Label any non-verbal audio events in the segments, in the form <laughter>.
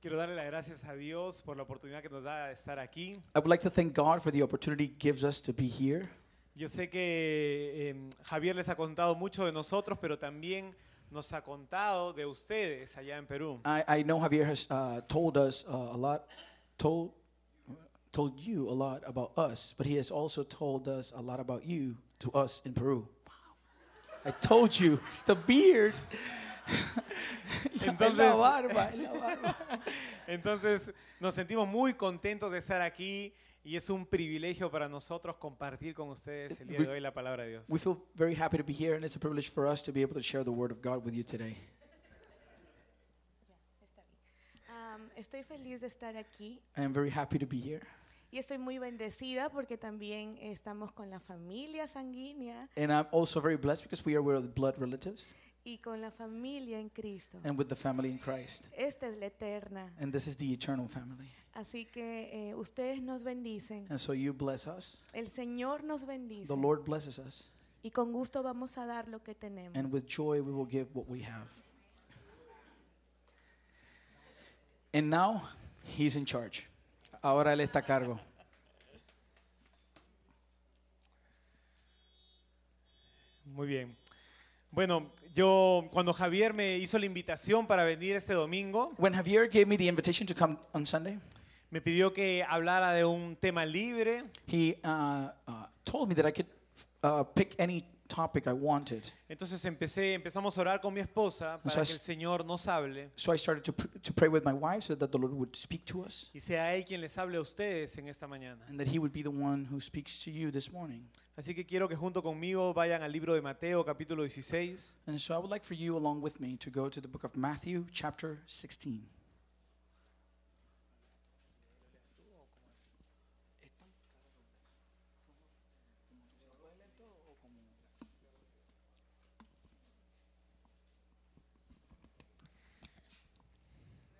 Quiero darle las gracias a Dios por la oportunidad que nos da de estar aquí. I would like to thank God for the opportunity he gives us to be here. Yo sé que eh, Javier les ha contado mucho de nosotros, pero también nos ha contado de ustedes allá en Perú. I, I know Javier has uh, told us uh, a lot, told, told you a lot about us, but he has also told us a lot about you to us in Peru. I told you, it's the beard. Es la Entonces- barba, es la barba. Entonces, nos sentimos muy contentos de estar aquí y es un privilegio para nosotros compartir con ustedes el día de hoy la palabra de Dios. We feel very happy to be here, and it's a privilege for us to be able to share the word of God with you today. Am, estoy feliz de estar aquí I am very happy to be here, y estoy muy bendecida porque también estamos con la familia sanguínea and I'm also very blessed because we are with blood relatives y con la familia en Cristo. and with the family in Christ, Esta es la eterna. and this is the eternal family. Así que eh, ustedes nos bendicen, And so you bless us. el Señor nos bendice The Lord blesses us, y con gusto vamos a dar lo que tenemos. and with joy we will give what we have. And now he's in charge. Ahora él está a cargo. Muy bien. Bueno, yo cuando Javier me hizo la invitación para venir este domingo, When Javier gave me the invitation to come on Sunday, me pidió que hablara de un tema libre. he uh, uh, told me that I could uh, pick any topic I wanted. Entonces empecé, empezamos a orar con mi esposa para sea, que el es- Señor nos hable So I started to, pr- to pray with my wife so that the Lord would speak to us y sea Él quien les hable a ustedes en esta mañana. and that he would be the one who speaks to you this morning. Así que quiero que junto conmigo vayan al libro de Mateo capítulo 16. And so I would like for you, along with me, to go to the book of Matthew, chapter 16.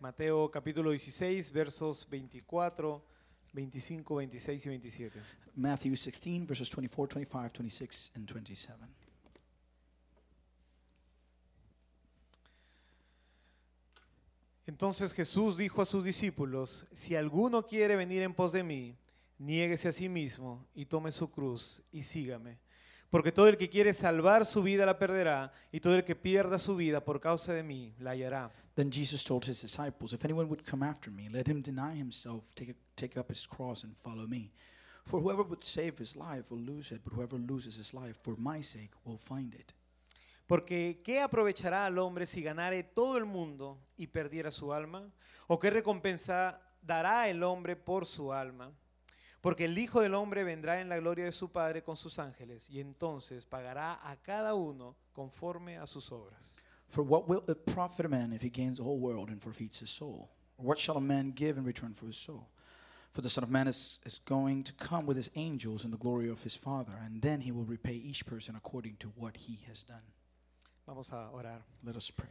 Mateo capítulo 16 versos 24, 25, 26 y 27. Matthew 16, verses 24, 25, 26, and 27. Entonces Jesús dijo a sus discípulos, si alguno quiere venir en pos de mí, niéguese a sí mismo y tome su cruz y sígame. Porque todo el que quiere salvar su vida la perderá, y todo el que pierda su vida por causa de mí la hallará. Then Jesus told his disciples, If anyone would come after me, let him deny himself, take, take up his cross, and follow me. For whoever would save his life will lose it, but whoever loses his life for my sake will find it. Porque ¿qué aprovechará al hombre si ganare todo el mundo y perdiera su alma? ¿O qué recompensa dará el hombre por su alma? Porque el Hijo del Hombre vendrá en la gloria de su Padre con sus ángeles y entonces pagará a cada uno conforme a sus obras. For what will it profit a man if he gains the whole world and forfeits his soul? Or what shall a man give in return for his soul? For the Son of Man is, is going to come with his angels in the glory of his Father, and then he will repay each person according to what he has done. Vamos a orar. Let us pray.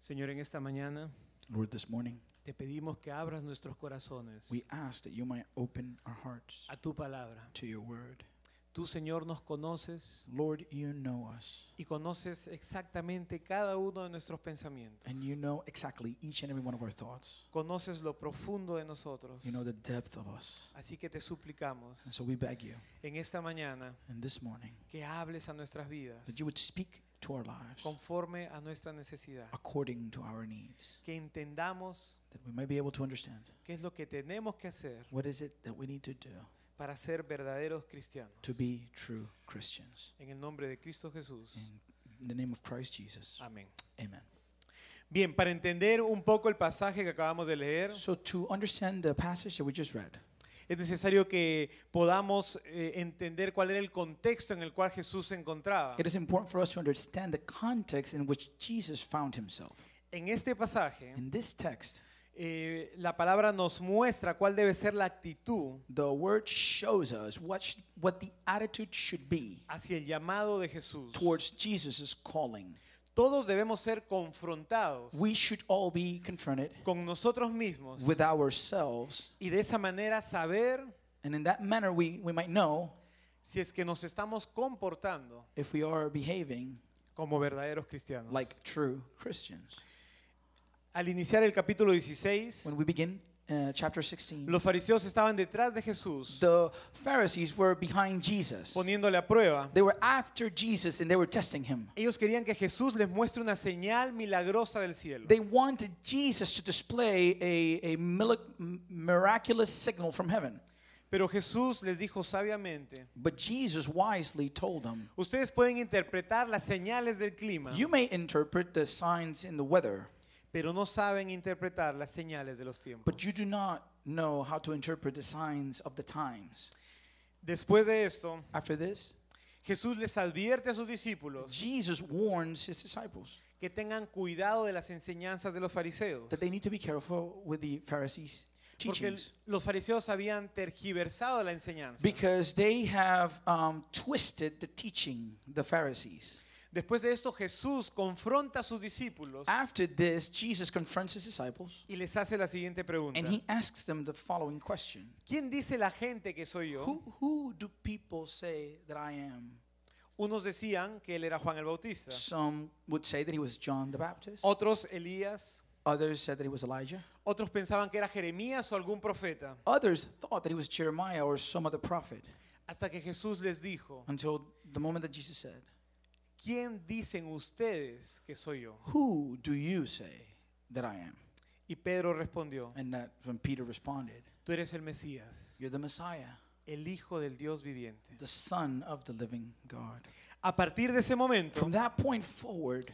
Señor, en esta mañana Lord, this morning te pedimos que abras nuestros corazones we ask that you might open our hearts a tu palabra. to your word. Tú, Señor, nos conoces Lord, you know us, y conoces exactamente cada uno de nuestros pensamientos. and you know exactly each and every one of our thoughts. Conoces lo profundo de nosotros. You know the depth of us. Así que te suplicamos And so we beg you, en esta mañana and this morning, que hables a nuestras vidas that you would speak to our lives conforme a nuestra necesidad. according to our needs. Que entendamos that we might be able to understand qué es lo que tenemos que hacer what is it that we need to do para ser verdaderos cristianos. to be true Christians. En el nombre de Cristo Jesús. In the name of Christ Jesus, Amén. amen. Bien, para entender un poco el pasaje que acabamos de leer, So to understand the passage that we just read, es necesario que podamos eh, entender cuál era el contexto en el cual Jesús se encontraba. it is important for us to understand the context in which Jesus found himself. En este pasaje, In this text, eh, la palabra nos muestra cuál debe ser la actitud the word shows us what sh- what the attitude should be hacia el llamado de Jesús. towards Jesus' calling. Todos debemos ser confrontados We should all be confronted con nosotros mismos with ourselves, y de esa manera saber and in that manner we, we might know si es que nos estamos comportando if we are behaving como verdaderos cristianos. like true Christians. Al iniciar el capítulo 16, When we begin uh, chapter 16, los fariseos estaban detrás de Jesús, the Pharisees were behind Jesus. poniéndole a prueba. They were after Jesus and they were testing him. Ellos querían que Jesús les muestre una señal milagrosa del cielo. They wanted Jesus to display a, a mili- m- miraculous signal from heaven. Pero Jesús les dijo sabiamente, But Jesus wisely told them, ustedes pueden interpretar las señales del clima, You may interpret the signs in the weather, pero no saben interpretar las señales de los tiempos. but you do not know how to interpret the signs of the times. Después de esto, After this, Jesús les advierte a sus discípulos Jesus warns his disciples que tengan cuidado de las enseñanzas de los fariseos, that they need to be careful with the Pharisees' porque teachings los fariseos habían tergiversado la enseñanza. because they have um, twisted the teaching, the Pharisees. Después de esto, Jesús confronta a sus discípulos After this, Jesus confronts his disciples y les hace la siguiente pregunta. and he asks them the following question ¿Quién dice la gente que soy yo? Who, who do people say that I am? Unos decían que él era Juan el Bautista, Some would say that he was John the Baptist, otros Elías, others said that he was Elijah, otros pensaban que era Jeremías o algún profeta, others thought that he was Jeremiah or some other prophet hasta que Jesús les dijo, until the moment that Jesus said, ¿quién dicen ustedes que soy yo? Who do you say that I am? Y Pedro respondió, And that when Peter responded, tú eres el Mesías, You're the Messiah, el Hijo del Dios viviente. the Son of the living God. A partir de ese momento, From that point forward,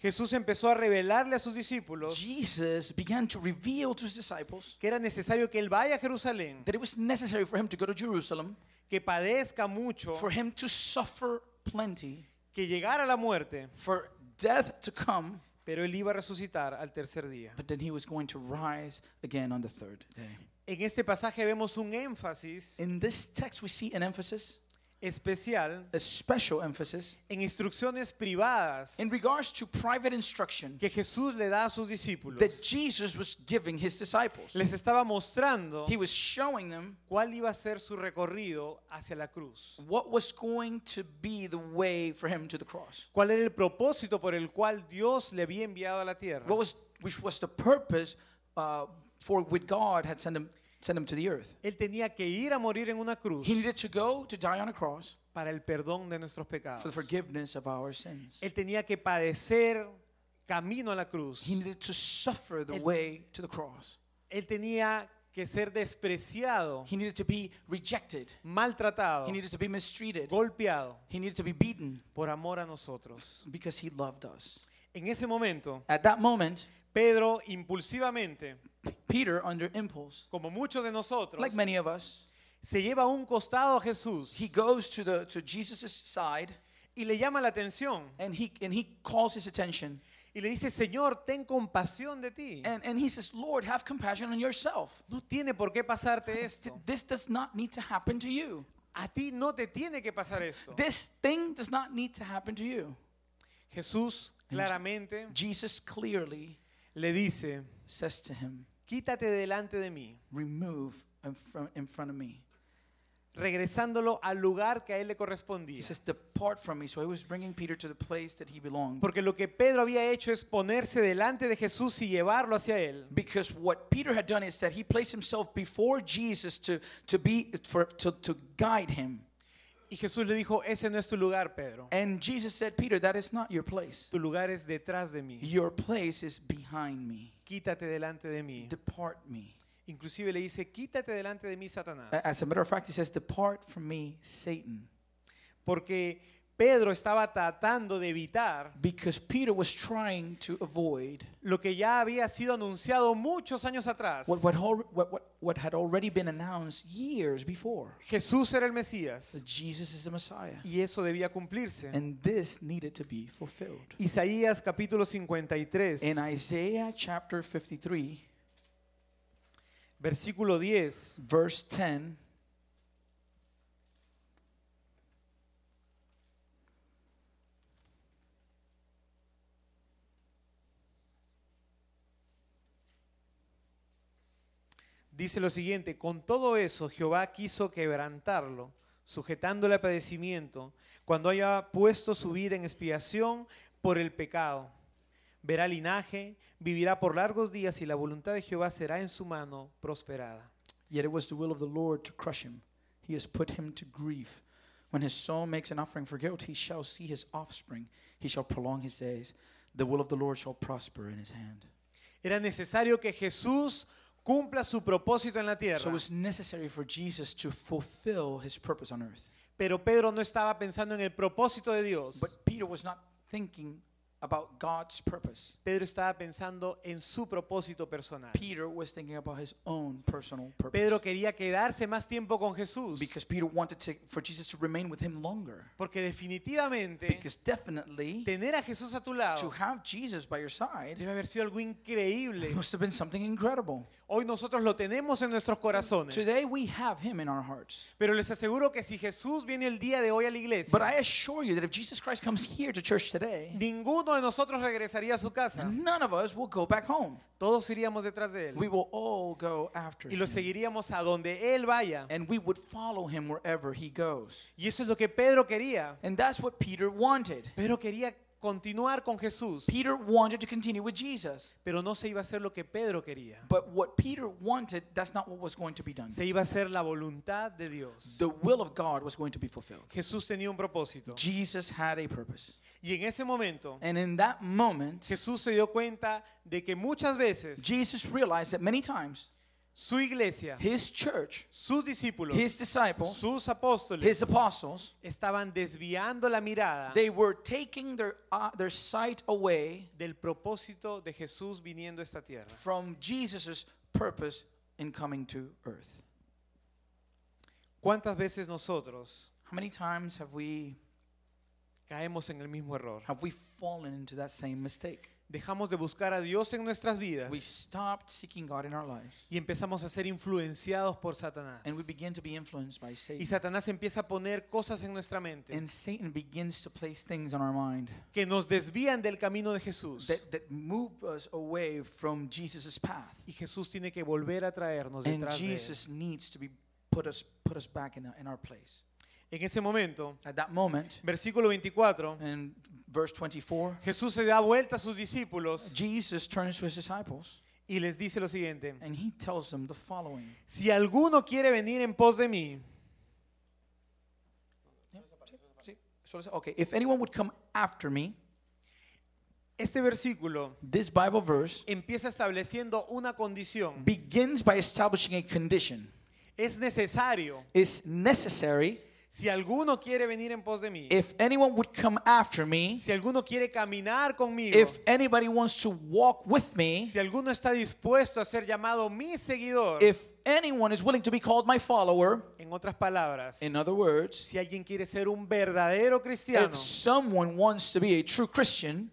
Jesús empezó a revelarle a sus discípulos Jesus began to reveal to his disciples que era necesario que él vaya a Jerusalén, that it was necessary for him to go to Jerusalem, que padezca mucho, for him to suffer plenty, que llegara la muerte, for death to come, pero él iba a resucitar al tercer día. but then he was going to rise again on the third day. En este pasaje vemos un énfasis In this text, we see an emphasis, especial a special emphasis, en instrucciones privadas in regards to private instruction que Jesús le da a sus discípulos. that Jesus was giving his disciples. Les estaba mostrando He was showing them cuál iba a ser su recorrido hacia la cruz, what was going to be the way for him to the cross. cuál era el propósito por el cual Dios le había enviado a la tierra. What was, which was the purpose uh, for which God had sent him, sent him to the earth. Él tenía que ir a morir en una cruz He needed to go to die on a cross para el perdón de nuestros pecados. for the forgiveness of our sins. Él tenía que padecer camino a la cruz. He needed to suffer the Él- way to the cross. Él tenía que ser despreciado, He needed to be rejected. maltratado, He needed to be mistreated. golpeado He needed to be beaten por amor a nosotros. because he loved us. En ese momento, At that moment, Pedro impulsivamente, Peter, under impulse, como muchos de nosotros, like many of us, se lleva a un costado a Jesús he goes to the to Jesus' side y le llama la atención and he and he calls his attention y le dice, Señor, ten compasión de ti. and, and he says, Lord, have compassion on yourself. No tiene por qué pasarte Th- esto. This does not need to happen to you. A ti no te tiene que pasar esto. This thing does not need to happen to you. Jesús claramente Jesus clearly le dice, says to him, quítate delante de mí, Remove in front, in front of me. regresándolo al lugar que a él le correspondía. He says, Depart from me. So he was bringing Peter to the place that he belonged. Porque lo que Pedro había hecho es ponerse delante de Jesús y llevarlo hacia él. Because what Peter had done is that he placed himself before Jesus to, to, be, for, to, to guide him. Y Jesús le dijo, ese no es tu lugar, Pedro. And Jesus said, Peter, that is not your place. Tu lugar es detrás de mí. Your place is behind me. Quítate delante de mí. Depart me. Inclusive le dice, quítate delante de mí, A- Satanás. As a matter of fact, he says, Depart from me, Satan. Porque Pedro estaba tratando de evitar Because Peter was trying to avoid lo que ya había sido anunciado muchos años atrás. what, what, al- what, what, what had already been announced years before Jesús era el Mesías that Jesus is the Messiah. y eso debía cumplirse. And this needed to be fulfilled. Isaías capítulo 53, In Isaiah chapter 53, versículo 10, verse 10, dice lo siguiente, con todo eso Jehová quiso quebrantarlo, sujetándole a padecimiento, cuando haya puesto su vida en expiación por el pecado. verá linaje, vivirá por largos días y la voluntad de Jehová será en su mano prosperada. Yet it was the will of the Lord to crush him. He has put him to grief. When his soul makes an offering for guilt, he shall see his offspring. He shall prolong his days. The will of the Lord shall prosper in his hand. Era necesario que Jesús cumpla su propósito en la So tierra. it's necessary for Jesus to fulfill his purpose on earth. Pero Pedro no estaba pensando en el propósito de Dios. But Peter was not thinking about God's purpose. Pedro estaba pensando en su propósito personal. Peter was thinking about his own personal purpose. Pedro quería quedarse más tiempo con Jesús. because Peter wanted to, for Jesus to remain with him longer. Porque definitivamente Because definitely tener a Jesús a tu to lado have Jesus by your side debe haber sido algo increíble. must have been something incredible. Hoy nosotros lo tenemos en nuestros corazones. Today we have him in our hearts. Pero les aseguro que si Jesús viene el día de hoy a la But iglesia, I assure you that if Jesus Christ comes here to church today, ninguno de nosotros regresaría a su casa. none of us will go back home. Todos iríamos detrás de We él will all go after y lo him. seguiríamos a donde él vaya. And we would follow him wherever he goes. Y eso es lo que Pedro quería. And that's what Peter wanted. Pedro quería continuar con Jesús, Peter wanted to continue with Jesus. pero no se iba a hacer lo que Pedro quería. But what Peter wanted, that's not what was going to be done. Se iba a hacer la voluntad de Dios. The will of God was going to be fulfilled. Jesús tenía un propósito. Jesus had a purpose. Y en ese momento, And in that moment, Jesús se dio cuenta de que muchas veces Jesus realized that many times su iglesia, his church, sus discípulos, his disciples, sus apóstoles his apostles, estaban desviando la mirada they were taking their, uh, their sight away del propósito de Jesús viniendo a esta tierra. from Jesus' purpose in coming to earth. ¿Cuántas veces nosotros How many times have we caemos en el mismo error? have we fallen into that same mistake? Dejamos de buscar a Dios en nuestras We vidas stopped seeking God in our lives y empezamos a ser influenciados por Satanás. and we begin to be influenced by Y Satan. Satanás empieza a poner cosas en nuestra mente And Satan begins to place things on our mind que nos desvían del camino de Jesús. that, that move us away from Jesus' path. Y Jesús tiene que volver a traernos And detrás de él. Jesus needs to be put us put us back in, in our place. En ese momento, At that moment, versículo 24, in verse 24, Jesús se da vuelta a sus discípulos Jesus turns to his disciples y les dice lo siguiente. and he tells them the following. Si alguno quiere venir en pos de mí, So, okay, if anyone would come after me, este versículo this Bible verse empieza estableciendo una condición. begins by establishing a condition. Es necesario, It's necessary si alguno quiere venir en pos de mí, if anyone would come after me, si alguno quiere caminar conmigo, if anybody wants to walk with me, si alguno está dispuesto a ser llamado mi seguidor, if anyone is willing to be called my follower, en otras palabras, in other words, si alguien quiere ser un verdadero cristiano, if someone wants to be a true Christian,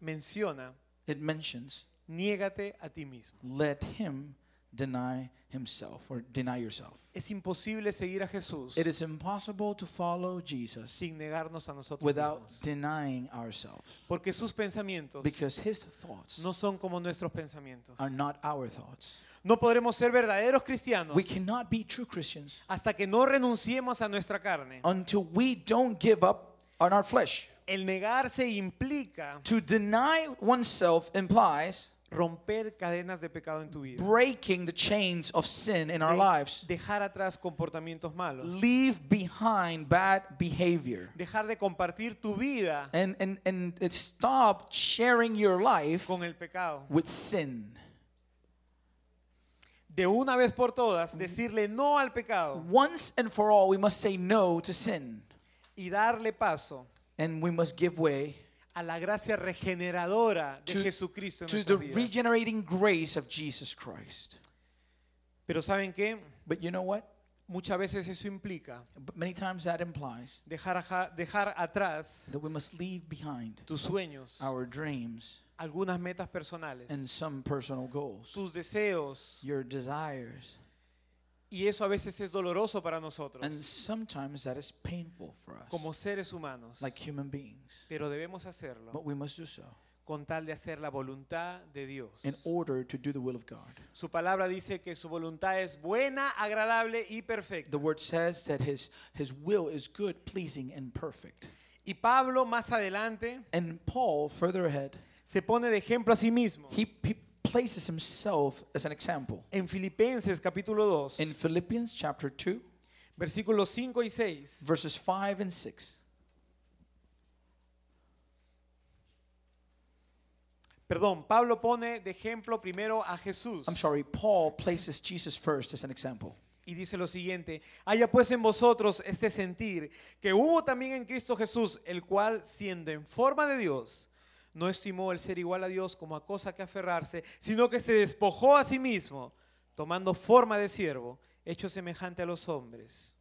menciona, it mentions, niégate a ti mismo. let him deny himself or deny yourself. Es imposible seguir a Jesús It is impossible to follow Jesus sin negarnos a nosotros without mismos, denying ourselves porque sus pensamientos because his thoughts no son como nuestros pensamientos. are not our thoughts. No podremos ser verdaderos cristianos We cannot be true Christians hasta que no renunciemos a nuestra carne. until we don't give up on our flesh. El negarse implica To deny oneself implies romper cadenas de pecado en tu vida. breaking the chains of sin in our De- lives, Dejar atrás comportamientos malos. leave behind bad behavior. Dejar de compartir tu vida and and and it stop sharing your life con el pecado. with sin De una vez por todas, decirle no al pecado once and for all we must say no to sin y darle paso and we must give way a la gracia regeneradora de To- Jesucristo en to nuestra the vida. regenerating grace of Jesus Christ Pero ¿saben qué? but you know what Muchas veces eso implica But many times that implies dejar, aja- dejar atrás that we must leave behind tus sueños, our dreams algunas metas personales. and some personal goals tus deseos your desires y eso a veces es doloroso para and nosotros sometimes that is painful for us como seres humanos like human beings pero debemos hacerlo but we must do so con tal de hacer la voluntad de Dios in order to do the will of God su palabra dice que su voluntad es buena agradable y perfecta The word says that his, his will is good, pleasing, and perfect. y Pablo más adelante And Paul, further ahead, se pone de ejemplo a sí mismo. He, he places himself as an example. En Filipenses capítulo 2, In Philippians chapter 2, versículos 5 y 6, verses 5 and 6. perdón, Pablo pone de ejemplo primero a Jesús I'm sorry, Paul places Jesus first as an example. y dice lo siguiente, haya pues en vosotros este sentir que hubo también en Cristo Jesús, el cual siendo en forma de Dios, no estimó el ser igual a Dios como a cosa que aferrarse, sino que se despojó a sí mismo, tomando forma de siervo, hecho semejante a los hombres.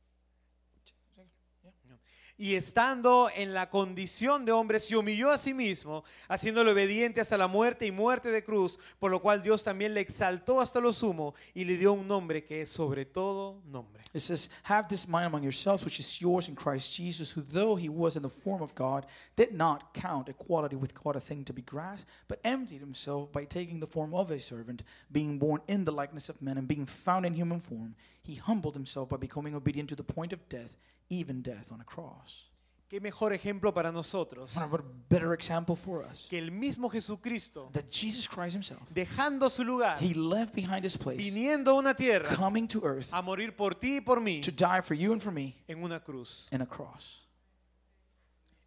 Y estando en la condición de hombre, se humilló a sí mismo, haciéndole obediente hasta la muerte y muerte de cruz, por lo cual Dios también le exaltó hasta lo sumo y le dio un nombre que es sobre todo nombre. It says, Have this mind among yourselves, which is yours in Christ Jesus, who though he was in the form of God, did not count equality with God a thing to be grasped, but emptied himself by taking the form of a servant, being born in the likeness of men, and being found in human form. He humbled himself by becoming obedient to the point of death, even death on a cross. Qué mejor ejemplo para nosotros What a- what a better example for us que el mismo Jesucristo, that Jesus Christ himself, dejando su lugar, he left behind his place, viniendo a una tierra coming to earth a morir por ti y por mí to die for you and for me en una cruz. in a cross.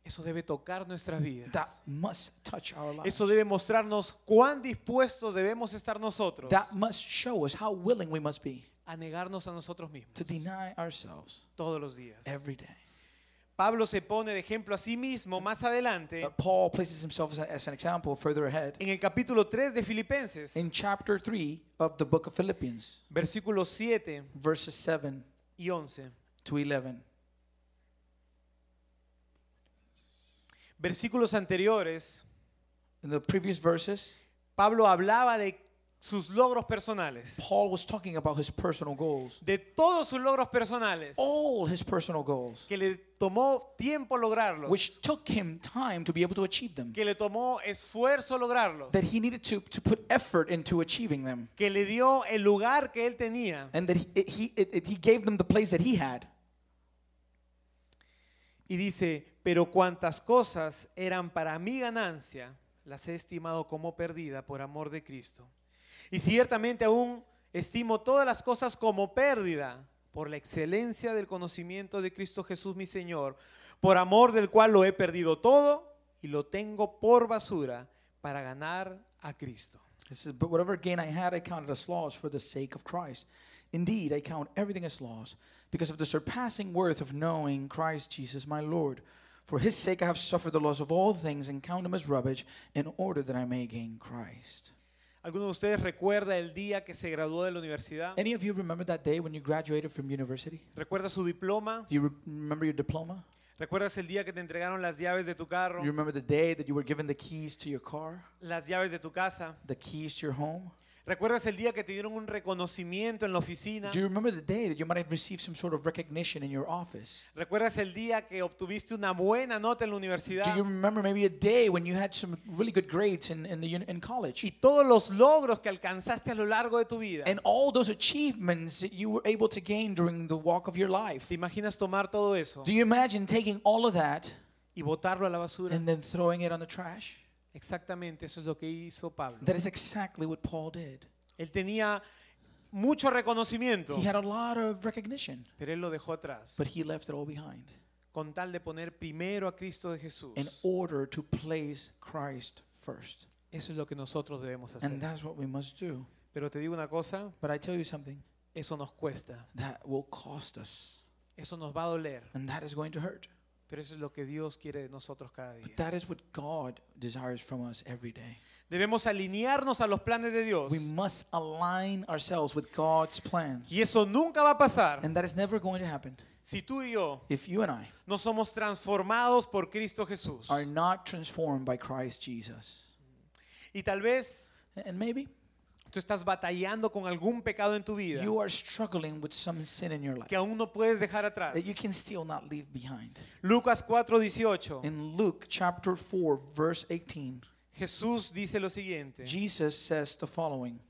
Eso debe tocar nuestras That vidas. must touch our lives. Eso debe mostrarnos cuán dispuestos debemos estar nosotros That must show us how willing we must be a negarnos a nosotros mismos to deny ourselves todos los días. every day. Pablo se pone de ejemplo a sí mismo más adelante Uh, Paul places himself as, a- as an example further ahead en el capítulo 3 de Filipenses, in chapter 3 of the book of Philippians, versículos 7 verses 7 y 11. to 11. Versículos anteriores, In the previous verses, Pablo hablaba de sus logros personales, Paul was talking about his personal goals, de todos sus logros personales, all his personal goals, que le tomó tiempo lograrlos, which took him time to be able to achieve them, que le tomó esfuerzo lograrlos, that he needed to, to put effort into achieving them, que le dio el lugar que él tenía and that he, it, he, it, it- he gave them the place that he had. Y dice, pero cuantas cosas eran para mi ganancia, las he estimado como perdida por amor de Cristo. Y ciertamente aún estimo todas las cosas como pérdida por la excelencia del conocimiento de Cristo Jesús mi Señor, por amor del cual lo he perdido todo y lo tengo por basura para ganar a Cristo. It says, But whatever gain I had, I counted as loss for the sake of Christ. Indeed, I count everything as loss because of the surpassing worth of knowing Christ Jesus my Lord. For his sake I have suffered the loss of all things and count them as rubbish in order that I may gain Christ. ¿Alguno de ustedes recuerda el día que se graduó de la universidad? Any of you remember that day when you graduated from university? ¿Recuerda su diploma? Do you re- remember your diploma? ¿Recuerdas el día que te entregaron las llaves de tu carro? You remember the day that you were given the keys to your car, las llaves de tu casa? the keys to your home? ¿Recuerdas el día que te dieron un reconocimiento en la oficina? Do you remember the day that you might have received some sort of recognition in your office? ¿Recuerdas el día que obtuviste una buena nota en la Do universidad? you remember maybe a day when you had some really good grades in, in, the, uni- in Y college? todos los logros que alcanzaste a lo largo de tu vida. And all those achievements that you were able to gain during the walk of your life. ¿Te imaginas tomar todo eso Do you imagine taking all of that y botarlo a la basura? and then throwing it on the trash? Exactamente, eso es lo que hizo Pablo. That is exactly what Paul did. Él tenía mucho reconocimiento, He had a lot of recognition, pero él lo dejó atrás but he left it all behind con tal de poner primero a Cristo de Jesús. in order to place Christ first. Eso es lo que nosotros debemos And hacer. that's what we must do. Pero te digo una cosa, But I tell you something eso nos cuesta, that will cost us, eso nos va a doler, and that is going to hurt. pero eso es lo que Dios quiere de nosotros cada día. But that is what God desires from us every day. Debemos alinearnos a los planes de Dios. We must align ourselves with God's plans. Y eso nunca va a pasar And that is never going to happen si tú y yo if you and I no somos transformados por Cristo Jesús. are not transformed by Christ Jesus. Y tal vez And maybe tú estás batallando con algún pecado en tu vida you are struggling with some sin in your life que aún no puedes dejar atrás. that you can still not leave behind. Lucas 4:18. In Luke chapter 4, verse 18, Jesús dice lo siguiente. Jesus says the following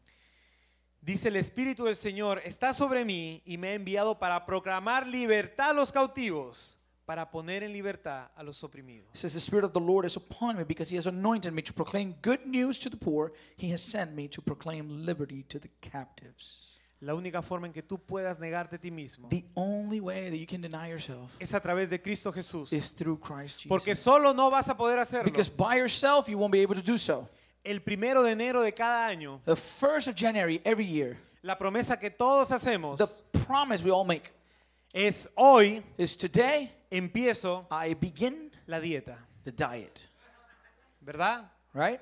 Dice el Espíritu del Señor está sobre mí y me ha enviado para proclamar libertad a los cautivos, para poner en libertad a los oprimidos. It says, The Spirit of the Lord is upon me because He has anointed me to proclaim good news to the poor. He has sent me to proclaim liberty to the captives. La única forma en que tú puedas negarte a ti mismo The only way that you can deny yourself es a través de Cristo Jesús. is through Christ Jesus. Porque solo no vas a poder hacerlo. because by yourself, you won't be able to do so. El primero de enero de cada año, The first of January every year, la promesa que todos hacemos the promise we all make es hoy is today empiezo I begin la dieta, the diet, ¿verdad? right?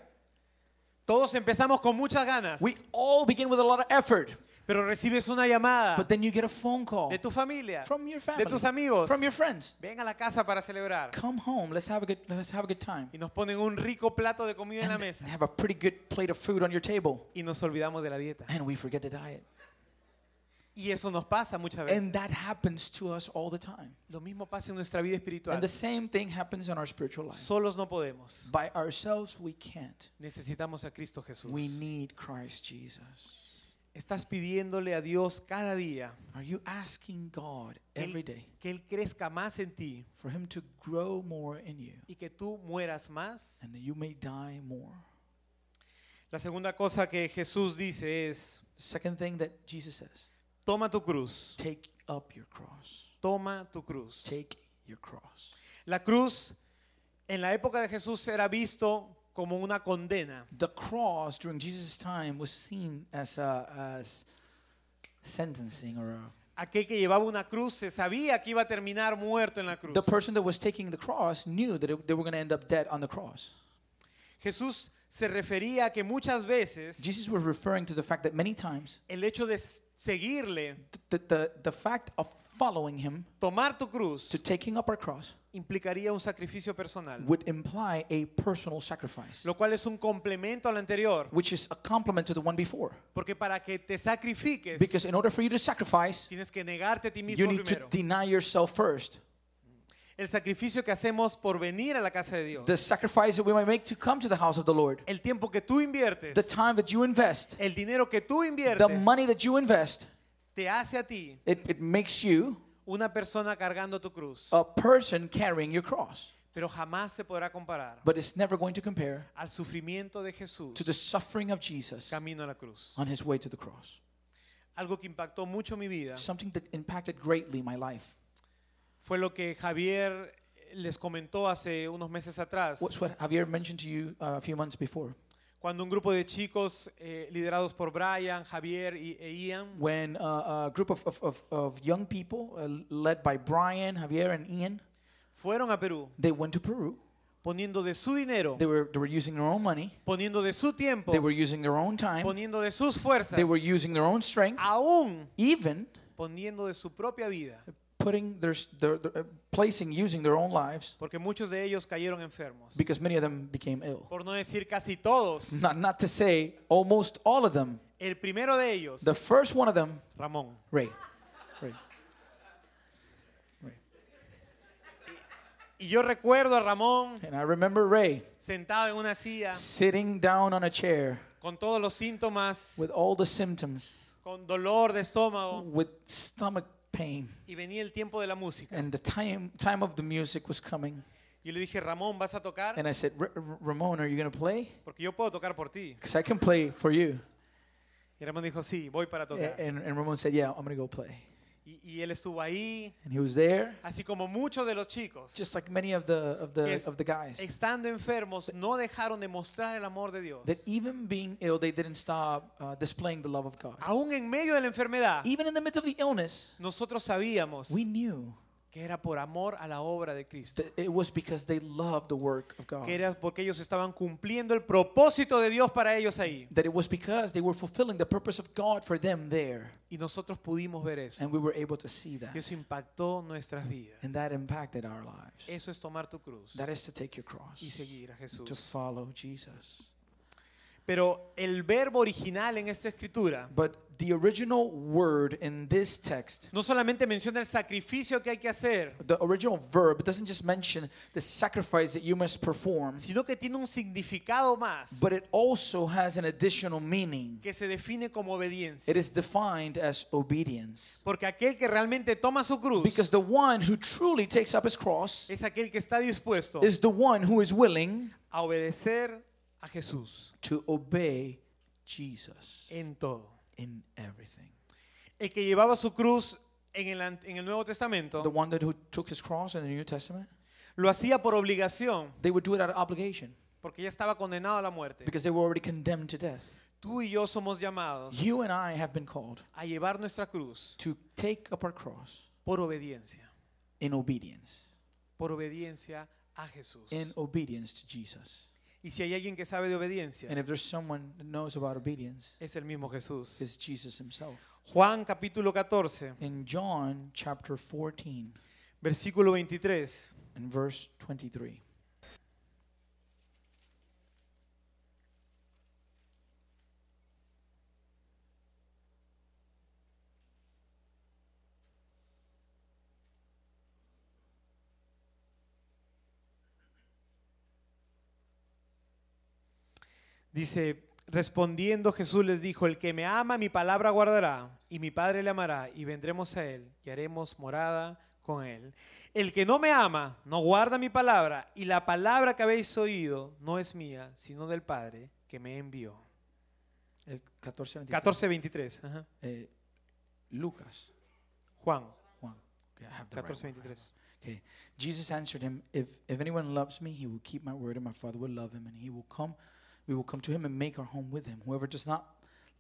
Todos empezamos con muchas ganas, We all begin with a lot of effort, pero recibes una llamada but then you get a phone call de tu familia, from your family, de tus amigos. from your friends. Ven a la casa para celebrar. Come home, let's have a good let's have a good time. Y nos ponen un rico plato de comida en la And mesa have a pretty good plate of food on your table, y nos olvidamos de la dieta. and we forget the diet. Y eso nos pasa muchas veces. And that happens to us all the time. Lo mismo pasa en nuestra vida espiritual. And the same thing happens in our spiritual life. Solos no podemos. By ourselves, we can't. Necesitamos a Cristo Jesús. We need Christ Jesus. Estás pidiéndole a Dios cada día Are you asking God every day que Él crezca más en ti for Him to grow more in you y que tú mueras más. and that you may die more? La segunda cosa que Jesús dice es, The second thing that Jesus says toma tu cruz, take up your cross. toma tu cruz. Take your cross. La cruz en la época de Jesús era visto como una condena. The cross during Jesus' time was seen as, a, as sentencing or a Aquel que llevaba una cruz se sabía que iba a terminar muerto en la cruz. the person that was taking the cross knew that it- they were going to end up dead on the cross. Jesús se refería a que muchas veces Jesus was referring to the fact that many times el hecho de s- seguirle, th- the, the, the fact of following him tomar tu cruz, to taking up our cross implicaría un sacrificio personal, would imply a personal sacrifice, lo cual es un complemento al anterior, which is a complement to the one before. porque para que te sacrifiques, Because in order for you to sacrifice, tienes que negarte a ti you mismo need to primero. deny yourself first. El sacrificio que hacemos por venir a la casa de Dios, The sacrifice that we might make to come to the house of the Lord, el tiempo que tú the inviertes, time that you invest, el dinero que tú the inviertes, money that you invest, te hace a ti it, it makes you una persona cargando tu cruz, a person carrying your cross. pero jamás se podrá comparar But it's never going to compare al sufrimiento de Jesús to the suffering of Jesus camino a la cruz. on his way to the cross. Algo que impactó mucho mi vida Something that impacted greatly my life. fue lo que Javier eh, les comentó hace unos meses atrás, What's what Javier mentioned to you uh, a few months before. cuando un grupo de chicos eh, liderados por Brian, Javier y, e Ian When uh, a group of, of, of, of young people, uh, led by Brian, Javier, and Ian, fueron a Perú they went to Peru. poniendo de su dinero, They were, they were using their own money, poniendo de su tiempo, they were using their own time, poniendo de sus fuerzas, they were using their own strength, aún even poniendo de su propia vida, putting their, s- their, their uh, placing, using their own lives, porque muchos de ellos cayeron enfermos. because many of them became ill. Por no decir casi todos, Not, not to say almost all of them. el primero de ellos, The first one of them Ramón, Ray. Ray. Ray. Y yo recuerdo a Ramón And I remember Ray sentado en una silla sitting down on a chair con todos los síntomas, with all the symptoms, con dolor de estómago with stomach pain, y venía el tiempo de la música. and the time time of the music was coming. Yo le dije, "Ramón, vas a tocar And I said, "Ra- Ra- Ramon, are you gonna play? porque yo puedo tocar por ti." Because I can play for you. Y Ramón dijo, "Sí, voy para A- tocar." And, and Ramon said, Yeah, I'm gonna go play. Y, y él estuvo ahí, And he was there, así como muchos de los chicos, just like many of the of the Yes. of the guys. estando enfermos, no dejaron de mostrar el amor de Dios. That e- even being ill, they didn't stop uh, displaying the love of God. Aún en medio de la enfermedad, Even in the midst of the illness, nosotros sabíamos e- we knew que era por amor a la obra de Cristo, that it was because they loved the work of God. que era porque ellos estaban cumpliendo el propósito de Dios para ellos ahí. That it was because they were fulfilling the purpose of God for them there. Y nosotros pudimos ver eso. And we were able to see that. Y eso impactó nuestras vidas. And that em- impacted our lives. Eso es tomar tu cruz That is to take your cross, y seguir a to Jesús. follow Jesus. Pero el verbo original en esta escritura But the original word in this text, no solamente menciona el sacrificio que hay que hacer, the original verb, doesn't just mention the sacrifice that you must perform, sino que tiene un significado más but it also has an additional meaning. que se define como obediencia. It is defined as obedience. Porque aquel que realmente toma su cruz Because the one who truly takes up his cross es aquel que está dispuesto is the one who is willing a obedecer a Jesús to obey Jesus en todo. in everything. El que llevaba su cruz en el, Ant- en el Nuevo The Testamento one that who took his cross in the New Testament, lo hacía por obligación, they would do it out of obligation porque ya estaba condenado a la muerte. because they were already condemned to death. Tú y yo somos llamados You and I have been called a llevar nuestra cruz to take up our cross por obediencia, in obedience, por obediencia a Jesús. in obedience to Jesus. Y si hay alguien que sabe de obediencia, And if there's someone that knows about obedience, es el mismo Jesús. it's Jesus himself. Juan capítulo 14, In John chapter 14 versículo 23. and verse 23. Dice, respondiendo Jesús les dijo, el que me ama mi palabra guardará, y mi Padre le amará, y vendremos a él, y haremos morada con él. El que no me ama, no guarda mi palabra, y la palabra que habéis oído no es mía, sino del Padre que me envió. eh, 14, 23. 14.23, ajá. Eh, Lucas Juan, Juan. Okay, I have the right one, right 14.23. Okay. Jesus answered him, if, if anyone loves me, he will keep my word, and my Father will love him, and he will come, we will come to him and make our home with him. Whoever does not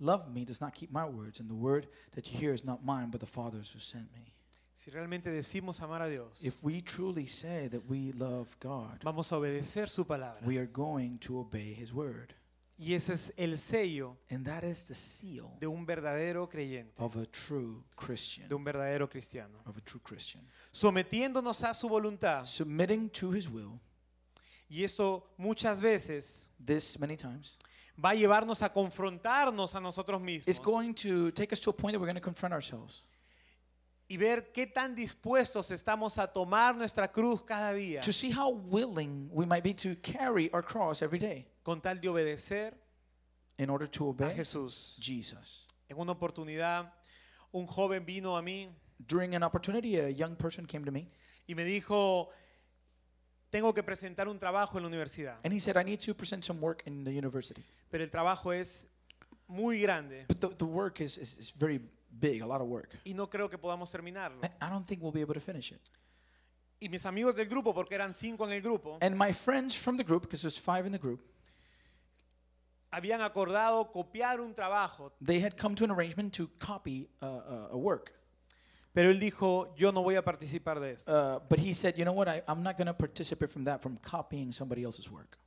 love me does not keep my words, and the word that you hear is not mine, but the Father's who sent me. Si realmente decimos amar a Dios, If we truly say that we love God, vamos a obedecer su palabra. we are going to obey his word. Y ese es el sello And that is the seal de un verdadero creyente, of a true Christian, de un verdadero cristiano. of a true Christian. Sometiéndonos a su voluntad. Submitting to his will, Y esto muchas veces this many times, va a llevarnos a confrontarnos a nosotros is mismos going to take us to a point that we're going to confront ourselves. y ver qué tan dispuestos estamos a tomar nuestra cruz cada día to see how willing we might be to carry our cross every day con tal de obedecer in order to a obey Jesús. Jesus. En una oportunidad, un joven vino a mí During an opportunity, a young person came to me y me dijo, tengo que presentar un trabajo en la universidad, and he said, I need to present some work in the university. pero el trabajo es muy grande But the, the work is, is, is very big, a lot of work. y no creo que podamos terminarlo. I- I don't think we'll be able to finish it. Y mis amigos del grupo, porque eran cinco en el grupo, And my friends from the group, because there's five in the group, habían acordado copiar un trabajo, they had come to an arrangement to copy uh, uh, a work. Pero él dijo, yo no voy a participar de esto. Uh, but he said, you know what, I, I'm not going to participate from that, from copying somebody else's work.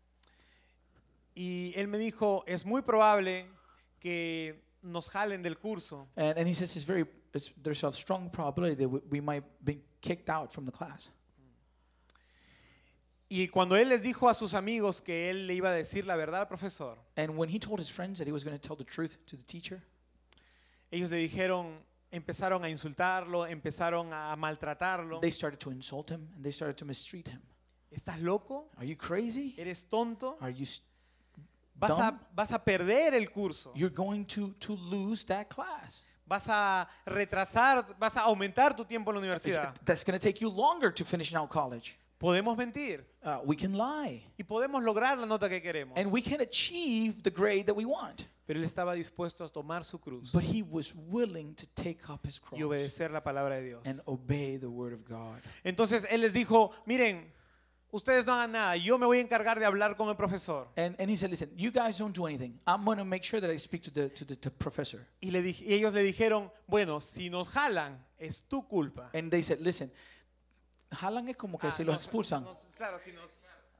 Y él me dijo, es muy probable que nos jalen del curso. And, and he says it's very, it's, there's a strong probability that we, we might be kicked out from the class. Y cuando él les dijo a sus amigos que él le iba a decir la verdad al profesor, And when he told his friends that he was going to tell the truth to the teacher, ellos le dijeron, empezaron a insultarlo, empezaron a maltratarlo. they started to insult him and they started to mistreat him. ¿Estás loco? Are you crazy? ¿Eres tonto? Are you? s Vas a, dumb? vas a perder el curso. You're going to to lose that class. Vas a retrasar, vas a aumentar tu tiempo en la universidad. That's going to take you longer to finish out college. Podemos mentir Uh, we can lie y podemos lograr la nota que queremos. and we can achieve the grade that we want. Pero él estaba dispuesto a tomar su cruz. But he was willing to take up his y cross obedecer la palabra de Dios. and obey the word of God. Entonces él les dijo, miren, ustedes no hagan nada, yo me voy a encargar de hablar con el profesor. And, and he said, listen, you guys don't do anything. I'm going to make sure that I speak to the, to the to professor. Y, le dij- y ellos le dijeron, bueno, si nos jalan, es tu culpa. And they said, listen, jalan es como Eh, que Ah, si los nos- expulsan, nos- claro, si nos-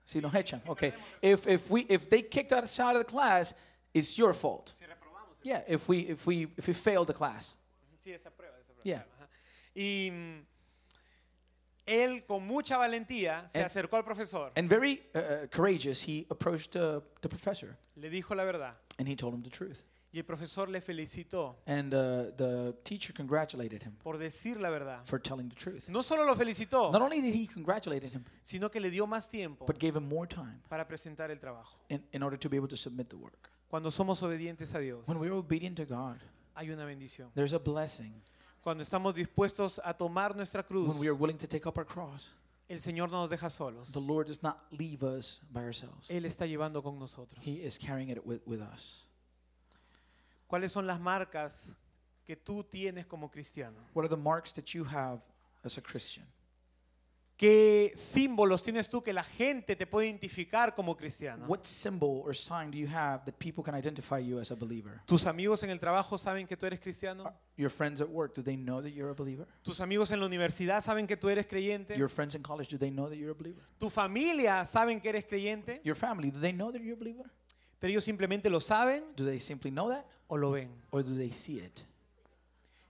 si nos echan. Okay. If, if, we, if they kicked us out of the class, it's your fault. si reprobamos, eh, Yeah, if we, if we, if we fail the class. sí, esa prueba, esa prueba, Yeah. ajá. Y mm, Él con mucha valentía se And- acercó al profesor, And very uh, uh, courageous, he approached uh, the professor le dijo la verdad and he told him the truth. y el profesor le felicitó And uh, the teacher congratulated him por decir la verdad. for telling the truth. No solo lo felicitó, Not only did he congratulate him, sino que le dio más tiempo but gave him more time para presentar el trabajo. in, in order to be able to submit the work. Cuando somos obedientes a Dios, When we're obedient to God, hay una bendición. there's a blessing. Cuando estamos dispuestos a tomar nuestra cruz, When we are willing to take up our cross, el Señor no nos deja solos. the Lord does not leave us by ourselves. Él está llevando con nosotros. He is carrying it with, with us. ¿Cuáles son las marcas que tú tienes como cristiano? What are the marks that you have as a Christian? ¿Qué símbolos tienes tú que la gente te puede identificar como cristiano? What symbol or sign do you have that people can identify you as a believer? ¿Tus amigos en el trabajo saben que tú eres cristiano? Your friends at work, do they know that you're a believer? ¿Tus amigos en la universidad saben que tú eres creyente? Your friends in college, do they know that you're a believer? ¿Tu familia saben que eres creyente? Your family, do they know that you're a believer? ¿Pero ellos simplemente lo saben Do they simply know that o lo ven? or do they see it?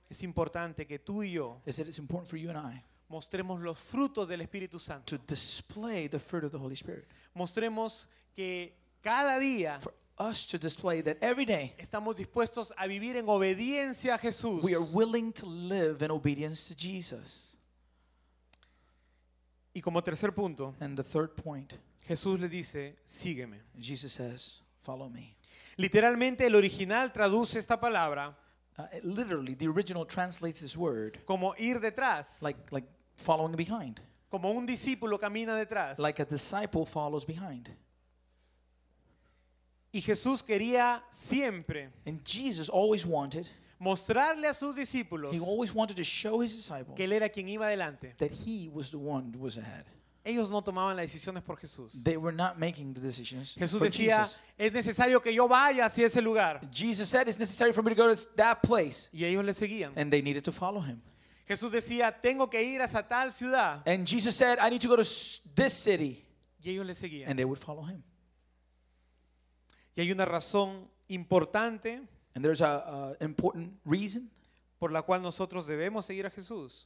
Es importante que tú y yo Is it it's important for you and I mostremos los frutos del Espíritu Santo. to display the fruit of the Holy Spirit? Mostremos que cada día For us to display that every day estamos dispuestos a vivir en obediencia a Jesús. we are willing to live in obedience to Jesus. Y como tercer punto, And the third point, Jesús le dice, sígueme. Jesus says, Follow me. Literalmente el original traduce esta palabra Uh, it literally, the original translates this word como ir detrás, like, like following behind, como un discípulo camina detrás. like a disciple follows behind. Y Jesús quería siempre And Jesus always wanted, mostrarle a sus discípulos he always wanted to show his disciples que él era quien iba adelante. that he was the one who was ahead. Ellos no tomaban las decisiones por Jesús. They were not making the decisions. Jesús for decía, Jesus. es necesario que yo vaya hacia ese lugar. Jesus said it's necessary for me to go to that place. Y ellos le seguían. And they needed to follow him. Jesús decía, tengo que ir hasta tal ciudad. And Jesus said, I need to go to s- this city. Y ellos le And seguían. they would follow him. Y hay una razón importante And there's a, a important reason, por la cual nosotros debemos seguir a Jesús.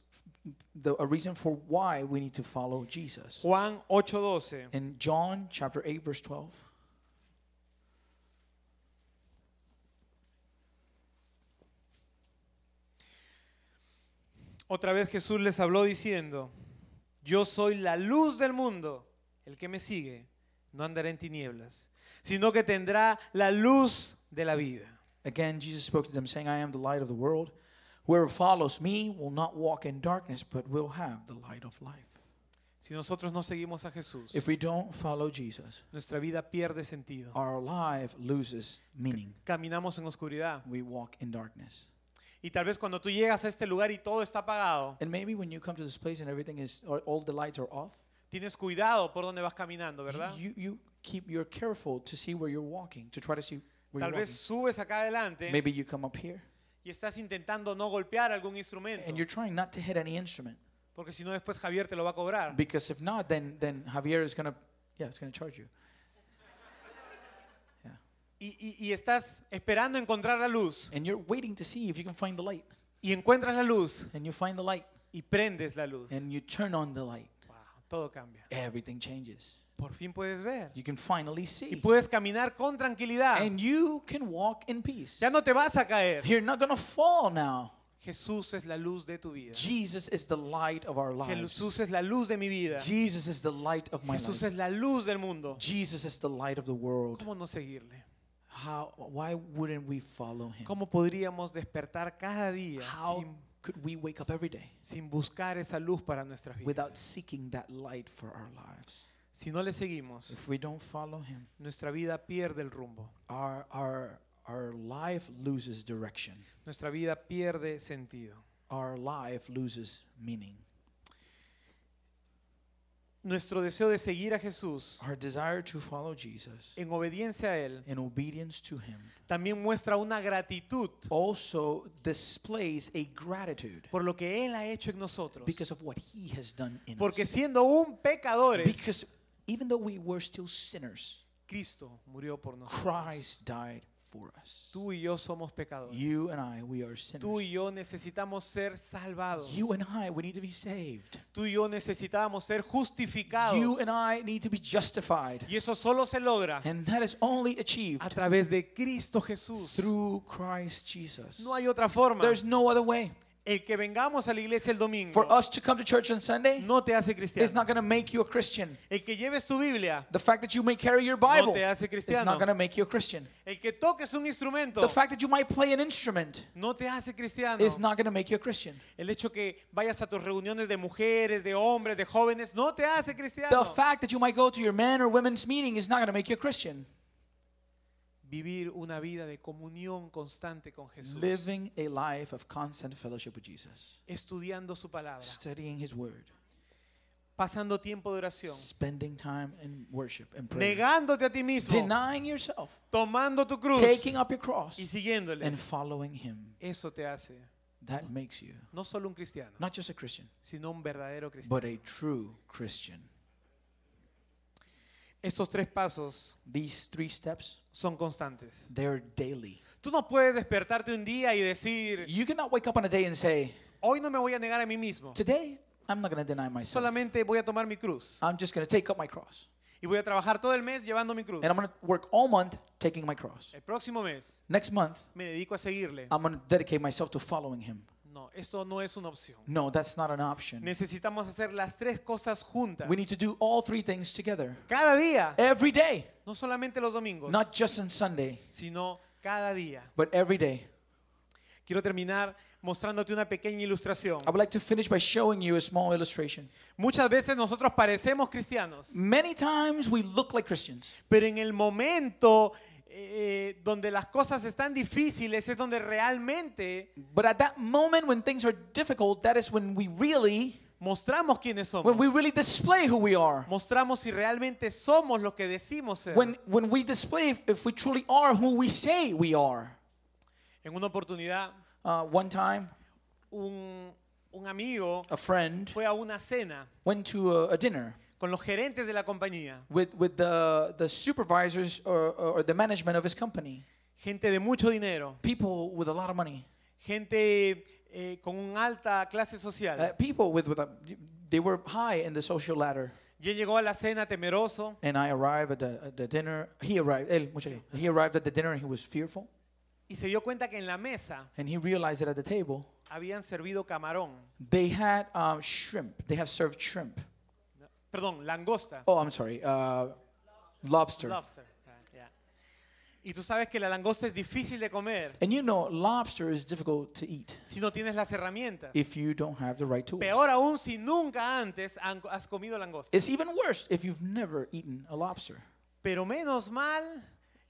the, a reason for why we need to follow Jesus. Juan 8:12. In John chapter 8, verse 12. Otra vez Jesús les habló diciendo, yo soy la luz del mundo, el que me sigue no andará en tinieblas, sino que tendrá la luz de la vida. Again, Jesus spoke to them, saying, I am the light of the world. Whoever follows me will not walk in darkness, but will have the light of life. Si nosotros no seguimos a Jesús, If Oh. we don't follow Jesus, nuestra vida pierde sentido. our life loses meaning. Caminamos en oscuridad. We walk in darkness. Y tal vez cuando tú llegas a este lugar y todo está apagado, And maybe when you come to this place and everything is, or all the lights are off, tienes cuidado por donde vas caminando, you- ¿verdad? you, you keep, you're careful to see where you're walking, to try to see where Tal you're vez subes acá walking. adelante Maybe you come up here y estás intentando no golpear algún instrumento, and you're trying not to hit any instrument porque si no después Javier te lo va a cobrar. because if not, then, then Javier is going to, yeah, it's going to charge you. Y- y- y estás esperando encontrar la luz. And you're waiting to see if you can find the light. y encuentras la luz And you find the light y prendes la luz. and you turn on the light. Wow, todo cambia. Everything changes. Por fin puedes ver You can finally y see. puedes caminar con tranquilidad. And you can walk in peace. Ya no te vas a caer. You're not going to fall now. Jesús es la luz de tu vida. Jesus is the light of our lives. Jesús es la luz de mi vida. Jesus is the light of my Jesús life. es la luz del mundo. Jesus is the light of the world. ¿Cómo no seguirle? How why wouldn't we follow him? ¿Cómo podríamos despertar cada día How sin, could we wake up every day sin buscar esa luz para nuestras vidas? without seeking that light for our lives? Si no le seguimos, If we don't follow him, nuestra vida pierde el rumbo. our our our life loses direction. Nuestra vida pierde sentido. Our life loses meaning. Nuestro deseo de seguir a Jesús Our desire to follow Jesus en obediencia a Él in obedience to him también muestra una gratitud also displays a gratitude por lo que Él ha hecho en nosotros. because of what he has done in Porque us. siendo un pecadores, Because even though we were still sinners, Cristo murió por nosotros. Christ died for us. Tú y yo somos pecadores. You and I, we are sinners. Tú y yo necesitamos ser salvados. You and I, we need to be saved. Tú y yo necesitamos ser justificados. You and I need to be justified. Y eso solo se logra And that is only a achieved través de Cristo Jesús. through Christ Jesus. No hay otra forma. There's no other way. El que vengamos a la iglesia el domingo For us to come to church on Sunday no te hace is cristiano. not going to make you a Christian. El que lleves tu Biblia, The fact that you may carry your Bible te hace is cristiano. not going to make you a Christian. el que toques un instrumento, The fact that you might play an instrument no te hace cristiano. is not going to make you a Christian. El hecho que vayas a tus reuniones de mujeres, de hombres, de jóvenes, no te hace The cristiano. fact that you might go to your men or women's meeting is not going to make you a Christian. Vivir una vida de comunión constante con Jesús, Living a life of constant fellowship with Jesus, estudiando su palabra, studying His Word, pasando tiempo de oración, spending time in worship and prayer, negándote a ti mismo, denying yourself, tomando tu cruz taking up your cross, y siguiéndole. and following Him. Eso te hace That makes you no solo un cristiano, not just a Christian, sino un verdadero cristiano. but a true Christian. Estos tres pasos These three steps, son constantes. they're daily. Tú no puedes despertarte un día y decir, You cannot wake up on a day and say, hoy no me voy a negar a mí mismo, Today, I'm not going to deny myself. solamente voy a tomar mi cruz I'm just going to take up my cross. y voy a trabajar todo el mes llevando mi cruz. And I'm going to work all month taking my cross. El próximo mes Next month, me dedico a seguirle. I'm going to dedicate myself to following him. No, esto no es una opción. No, that's not an option. Necesitamos hacer las tres cosas juntas. We need to do all three things together. Cada día, Every day, no solamente los domingos, not just on Sunday, sino cada día. but every day. Quiero terminar mostrándote una pequeña ilustración. I would like to finish by showing you a small illustration. Muchas veces nosotros parecemos cristianos, Many times we look like Christians, pero en el momento eh, donde las cosas están difíciles es donde realmente but at that moment when things are difficult, that is when we really mostramos quiénes somos. when we really display who we are. Mostramos si realmente somos lo que decimos ser. When when we display if, if we truly are who we say we are. En una oportunidad, Uh, one time, un, un amigo a friend fue a una cena went to a, a dinner con los gerentes de la compañía, with, with the, the supervisors or, or the management of his company. gente de mucho dinero, People with a lot of money. gente eh, con una alta clase social. Uh, people with, with a, they were high in the social ladder. y él llegó a la cena temeroso, And I arrived at the, at the dinner. He arrived, el muchacho, he arrived at the dinner and he was fearful. y se dio cuenta que en la mesa And he realized that at the table, habían servido camarón, they had um, shrimp. They have served shrimp. no, perdón, langosta, Oh, I'm sorry. Uh, lobster. lobster. Ah, ya. Y tú sabes que la langosta es difícil de comer And you know, lobster is difficult to eat si no tienes las herramientas. if you don't have the right tools. Peor aún si nunca antes han- has comido langosta. It's even worse if you've never eaten a lobster. Pero menos mal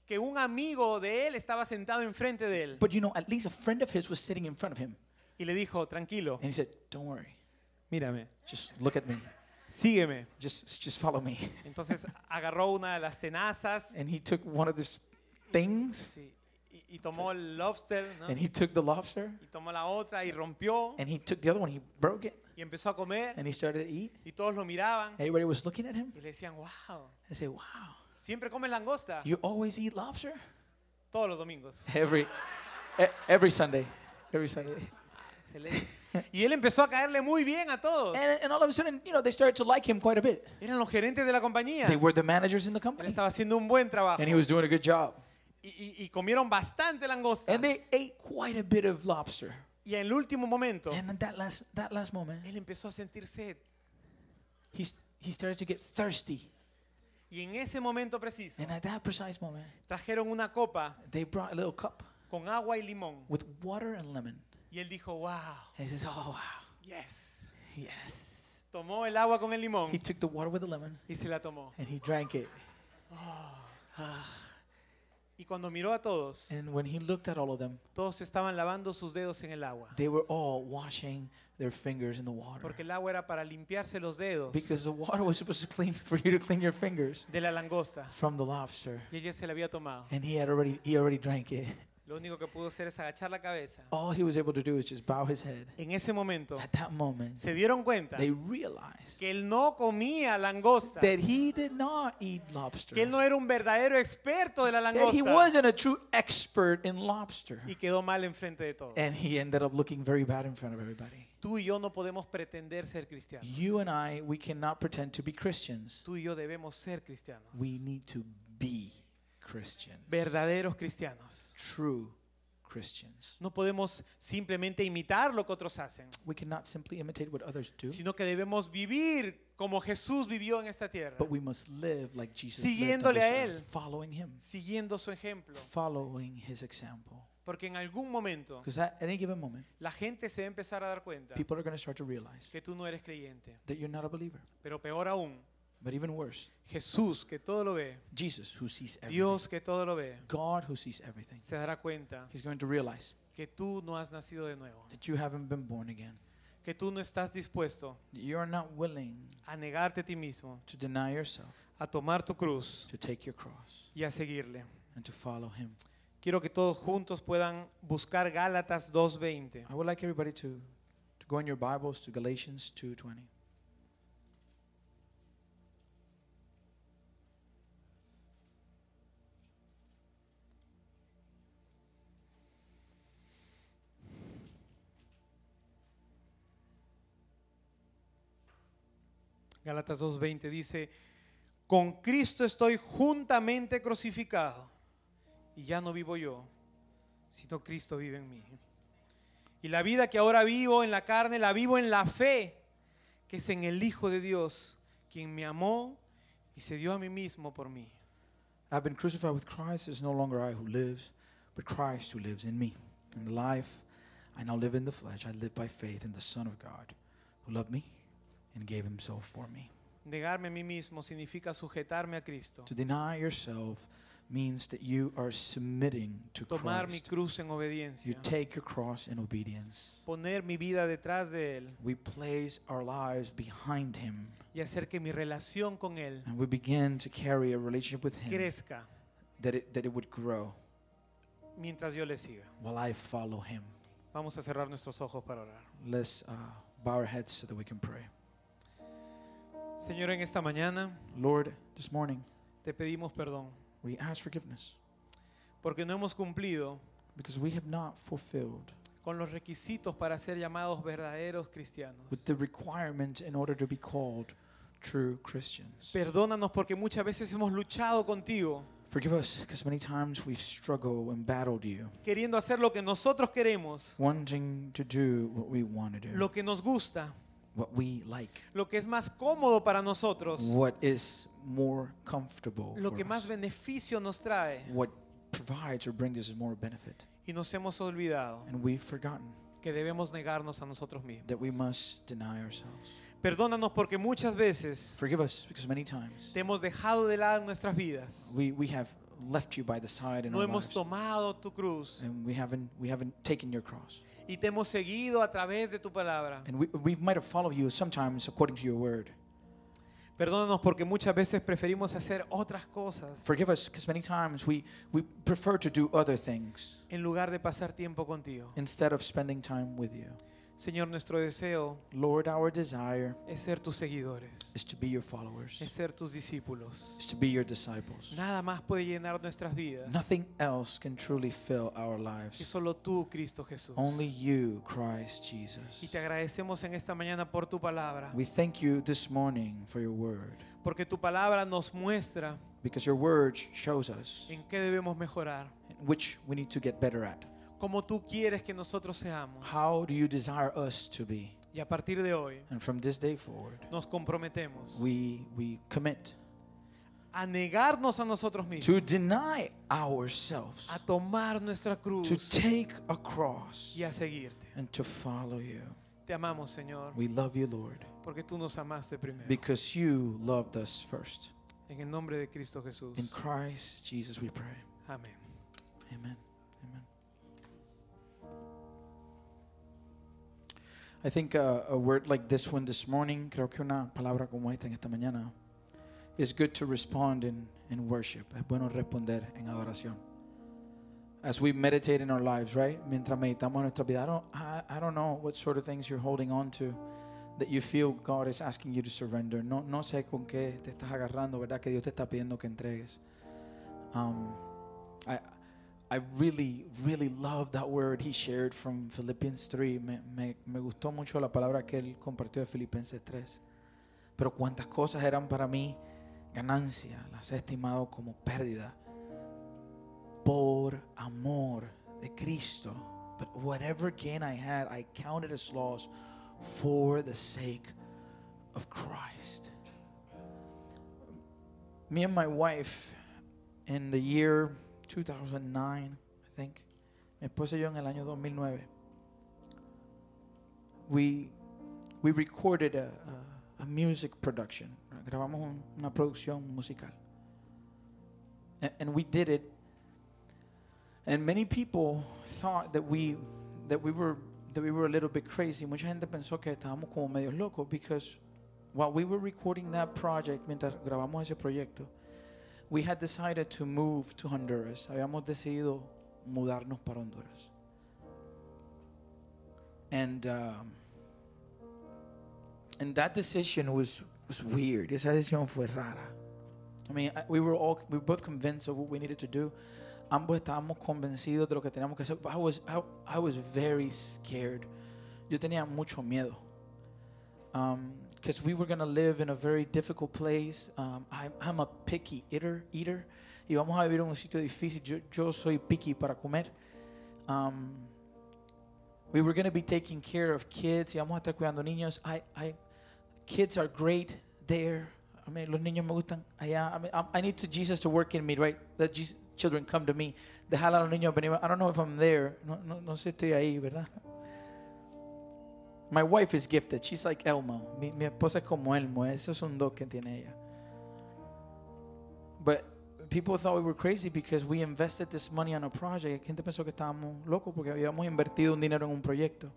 que un amigo de él estaba sentado enfrente de él But you know, at least a friend of his was sitting in front of him. y le dijo, tranquilo, And he said, Don't worry. Eh, mírame, Just look at me. sígueme. Just, just follow me. Entonces agarró una de las tenazas And he took one of these things sí, y, y tomó el lobster ¿no? and he took the lobster y tomó la otra y rompió and he took the other one. He broke it y empezó a comer and he started to eat. y todos lo miraban Everybody was looking at him y le decían, wow, and said, Wow, siempre comes langosta you always eat lobster? <laughs> todos los domingos. Every, e- every Sunday. Every Sunday. Excelente. Y él empezó a caerle muy bien a todos. And, and all of a sudden, you know, they started to like him quite a bit. Eran los gerentes de la compañía. They were the managers in the Él company. estaba haciendo un buen trabajo. And he was doing a good job. Y, y- y comieron bastante langosta. And they ate quite a bit of lobster. Y en el último momento, And at that last, that last moment, él empezó a sentir sed. he, s- he started to get thirsty. Y en ese momento preciso, And at that precise moment, trajeron una copa they brought a little cup con agua y limón. with water and lemon. Y él dijo, wow, And he says, Oh, wow. yes. Yes. Tomó el agua con el limón He took the water with the lemon y se la tomó. and he drank it. Y cuando miró a todos, And when he looked at all of them, todos estaban lavando sus dedos en el agua. they were all washing their fingers in the water. Porque el agua era para limpiarse los dedos Because the water was supposed to clean <laughs> for you to clean your fingers de la langosta. from the lobster. Y ella se la había tomado. And he had already he already drank it. Lo único que pudo hacer es agachar la cabeza. All he was able to do is just bow his head. En ese momento At Oh. that moment, se dieron cuenta they realized que él no comía langosta, that he did not eat lobster, que él no era un verdadero experto de la that he langosta wasn't a true expert in lobster. y quedó mal enfrente de todos. And he ended up looking very bad in front of everybody. Tú y yo no podemos pretender ser cristianos. You and I, we cannot pretend to be Christians. Tú y yo debemos ser cristianos. We need to be Christians. Verdaderos cristianos. True Christians. No podemos simplemente imitar lo que otros hacen, We cannot simply imitate what others do, sino que debemos vivir como Jesús vivió en esta tierra, but we must live like Jesus lived on Siguiéndole this a earth, él. following him, siguiendo su ejemplo. following his example. Porque en algún momento Because at any given moment, la gente se va a empezar a dar cuenta people are going to start to realize que tú no eres creyente. that you're not a believer. Pero peor aún, But even worse, Jesús que todo lo ve, Jesus, who sees everything, Dios que todo lo ve, God, who sees everything, se dará cuenta he's going to realize que tú no has nacido de nuevo, that you haven't been born again. que tú no estás dispuesto You are not willing a negarte a ti mismo, to deny yourself, a tomar tu cruz to take your cross, y a seguirle. and to follow him. Quiero que todos juntos puedan buscar Gálatas 2.20. I would like everybody to, to go in your Bibles to Galatians 2.20. Gálatas 2.20 dice, con Cristo estoy juntamente crucificado y ya no vivo yo, sino Cristo vive en mí. Y la vida que ahora vivo en la carne, la vivo en la fe, que es en el Hijo de Dios, quien me amó y se dio a mí mismo por mí. I've been crucified with Christ. It's no longer I who lives, but Christ who lives in me. In the life I now live in the flesh, I live by faith in the Son of God, who loved me and gave himself for me. Negarme a mí mismo significa sujetarme a Cristo, To deny yourself means that you are submitting to tomar mi Christ. cruz en You obediencia, take your cross in obedience. poner mi vida detrás de Él We place our lives behind him y hacer que mi relación con Él and we begin to carry a relationship with him crezca that it, that it would grow mientras yo le siga. while I follow him. Vamos a cerrar nuestros ojos para orar. Let's uh, bow our heads so that we can pray. Señor, en esta mañana Lord, this morning te pedimos perdón we ask forgiveness porque no hemos cumplido because we have not fulfilled con los requisitos para ser llamados verdaderos cristianos. with the requirement in order to be called true Christians. Perdónanos porque muchas veces hemos luchado contigo Forgive us because many times we've struggled and battled you, queriendo hacer lo que nosotros queremos, wanting to do what we want to do, lo que nos gusta, what we like, lo que es más cómodo para nosotros, what is more comfortable, lo for que más us, beneficio nos trae. what provides or brings us more benefit. Y nos hemos olvidado And we've forgotten que debemos negarnos a nosotros that we mismos. must deny ourselves. Perdónanos porque muchas veces Forgive us because many times te hemos dejado de lado en nuestras vidas. we, we have left you by the side in No our hemos lives. tomado tu cruz. and we haven't we haven't taken your cross y te hemos seguido a través de tu palabra. and we, we might have followed you sometimes according to your word Perdónanos porque muchas veces preferimos hacer otras cosas forgive us because many times we we prefer to do other things en lugar de pasar tiempo contigo. instead of spending time with you Señor, nuestro deseo lord our desire es ser tus seguidores, is to be your followers es ser tus discípulos. is to be your disciples Nada más puede llenar nuestras vidas nothing else can truly fill our que lives solo tú, Cristo Jesús. only you christ jesus Y te agradecemos en esta mañana por tu palabra, we thank you this morning for your word porque tu palabra nos muestra because your word shows us en qué debemos mejorar, which we need to get better at cómo tú quieres que nosotros seamos. how do you desire us to be Y a partir de hoy And from this day forward, nos comprometemos we, we commit a negarnos a nosotros mismos. to deny ourselves, a tomar nuestra to cruz take a cross, y a seguirte. and to follow you. Te amamos, Señor, We love you, Lord, porque tú nos amaste primero. because you loved us first. En el nombre de Cristo Jesús. In Christ Jesus, we pray. Amén. Amen. Amen. I think uh, a word like this one this morning, creo que una palabra como esta en esta mañana, is good to respond in, in worship. Es bueno responder en adoración. I as we meditate in our lives, right? Mientras meditamos en nuestra vida, I don't, I, I don't know what sort of things you're holding on to that you feel God is asking you to surrender. No, no sé con qué te estás agarrando, ¿verdad? Que Dios te está pidiendo que entregues. Um, I, I really, really love that word he shared from Philippians 3. Me, me, me gustó mucho la palabra que él compartió de Filipenses 3. Pero cuántas cosas eran para mí ganancia, las he estimado como pérdida por amor de Cristo. But whatever gain I had, I counted as loss for the sake of Christ. Me and my wife in the year 2009, I think. Mi esposa y yo en el año 2009. We we recorded a, a, a music production. Grabamos un- una producción musical. A- and we did it and many people thought that we that we were that we were a little bit crazy. Mucha gente pensó que estábamos como medios locos because while we were recording that project, mientras grabamos ese proyecto, we had decided to move to Honduras. Habíamos decidido mudarnos para Honduras. And um, and that decision was was weird. Esa decisión fue rara. I mean, I- we were all we were both convinced of what we needed to do. Ambos estábamos convencidos de lo que teníamos que hacer. but I was I, I was very scared. Yo tenía mucho miedo. Because um, we were going to live in a very difficult place. Um, I'm, I'm a picky eater, eater. Y vamos a vivir en un sitio difícil. Yo, yo soy picky para comer. Um, we were going to be taking care of kids. Y vamos a estar cuidando niños. I, I, kids are great there. I mean, los niños me gustan allá. I mean, I, I need to Jesus to work in me, right? Let Jesus, children come to me. Dejar a los niños venir. I don't know if I'm there. No, no, no sé estoy ahí, ¿verdad? My wife is gifted. She's like Elmo. Mi, mi esposa es como Elmo. Ese es un don que tiene ella. But people thought we were crazy because we invested this money on a project. Gente pensó que estábamos locos porque habíamos invertido un dinero en un proyecto.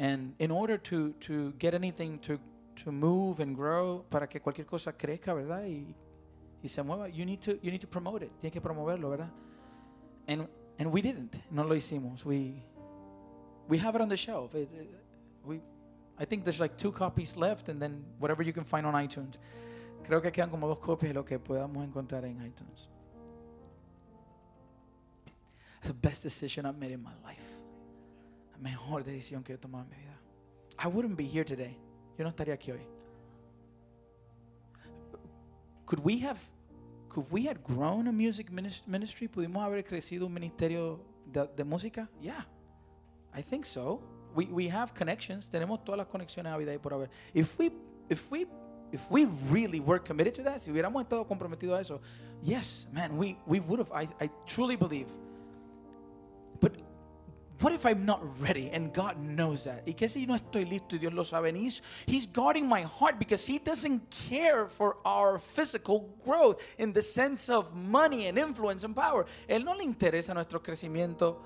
And in order to, to get anything to, to move and grow, para que cualquier cosa crezca, ¿verdad? Y, y se mueva, you need, to, you need to promote it. Tienes que promoverlo, ¿verdad? And, and we didn't. No lo hicimos. We, we have it on the shelf. It- it- we, I think there's like two copies left and then whatever you can find on iTunes. Creo que quedan como dos copias de lo que podamos encontrar en iTunes. It's the best decision I've made in my life. La mejor decisión que yo he tomado en mi vida. I wouldn't be here today. Yo no estaría aquí hoy. Could we have could we had grown a music minis- ministry? Pudimos haber crecido un ministerio de, de música? Yeah. I think so. We, we have connections. Tenemos todas las conexiones a vida y por haber. If we, if we, if we really were committed to that, si hubiéramos estado comprometidos a eso, yes, man, we, we would have. I, I truly believe. But what if I'm not ready and God knows that? ¿Y qué si no estoy listo y Dios lo sabe? And he's, he's guarding my heart because He doesn't care for our physical growth in the sense of money and influence and power. Él no le interesa nuestro crecimiento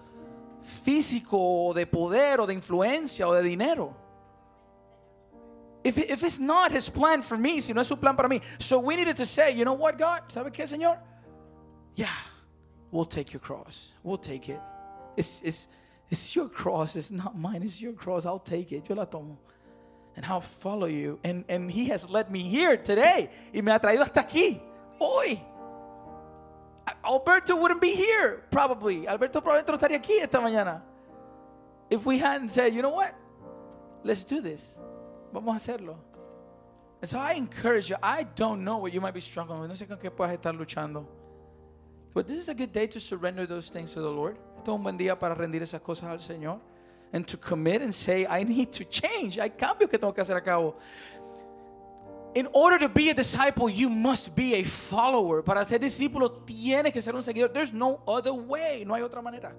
físico o de poder o de influencia o de dinero. If, it- if it's not his plan for me, si no es su plan para mí. So we needed to say, you know what, God? ¿Sabe qué, Señor? Yeah, we'll take your cross. We'll take it. It's, it's, it's your cross. It's not mine. It's your cross. I'll take it. Yo la tomo. And I'll follow you. And, and he has led me here today. Y me ha traído hasta aquí. Hoy. Alberto wouldn't be here, probably. Alberto probablemente no estaría aquí esta mañana. If we hadn't said, you know what? Let's do this. Vamos a hacerlo. And so I encourage you. I don't know what you might be struggling with. No sé con qué puedas estar luchando. But this is a good day to surrender those things to the Lord. Esto es un buen día para rendir esas cosas al Señor. And to commit and say, I need to change. Hay cambios que tengo que hacer a cabo. In order to be a disciple, you must be a follower. Para ser discípulo, tienes que ser un seguidor. There's no other way. No hay otra manera.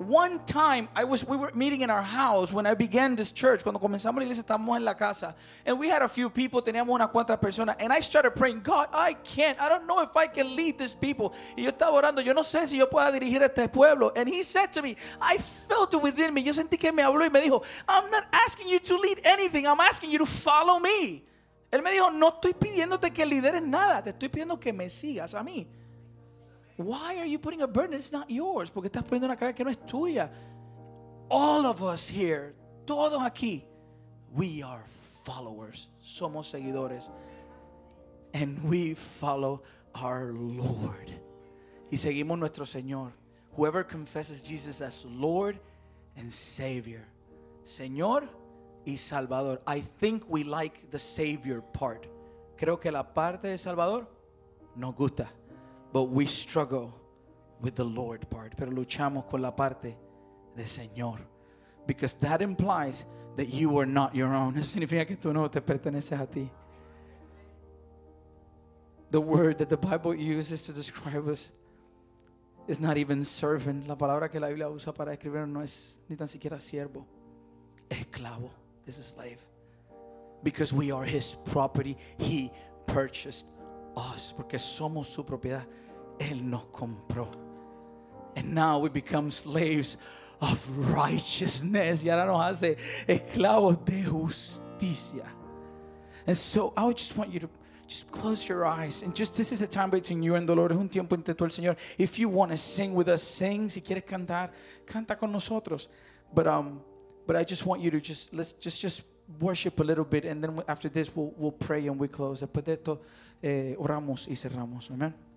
One time, I was we were meeting in our house when I began this church. Cuando comenzamos la iglesia, estábamos en la casa, and we had a few people. Teníamos una cuanta personas, and I started praying, God, I can't. I don't know if I can lead these people. Y yo estaba orando. Yo no sé si yo pueda dirigir este pueblo. And He said to me, I felt it within me. Yo sentí que me habló y me dijo, I'm not asking you to lead anything. I'm asking you to follow me. Él me dijo, no estoy pidiéndote que lideres nada. Te estoy pidiendo que me sigas a mí. Why are you putting a burden? It's not yours. Porque estás poniendo una carga que no es tuya. All of us here, todos aquí, we are followers. Somos seguidores. And we follow our Lord. Y seguimos nuestro Señor. Whoever confesses Jesus as Lord and Savior. Señor y Salvador. I think we like the Savior part. Creo que la parte de Salvador nos gusta. But we struggle with the Lord part. Pero luchamos con la parte de Señor. Because that implies that you are not your own. <laughs> Eso significa que tú no te perteneces a ti the word that the Bible uses to describe us is not even servant. La palabra que la Biblia usa para describir no es ni tan siquiera siervo. Esclavo is a slave. Because we are his property, he purchased us. Porque somos su propiedad, él nos compró. And now we become slaves of righteousness. Y ahora nos hace esclavos de justicia. And so I would just want you to just close your eyes and just this is a time between you and the Lord. Es un tiempo entre tú y el Señor. If you want to sing with us, sing. Si quieres cantar, canta con nosotros. But um, but I just want you to just let's just just worship a little bit and then after this we'll we'll pray and we close. Después de esto eh, oramos y cerramos. Amen.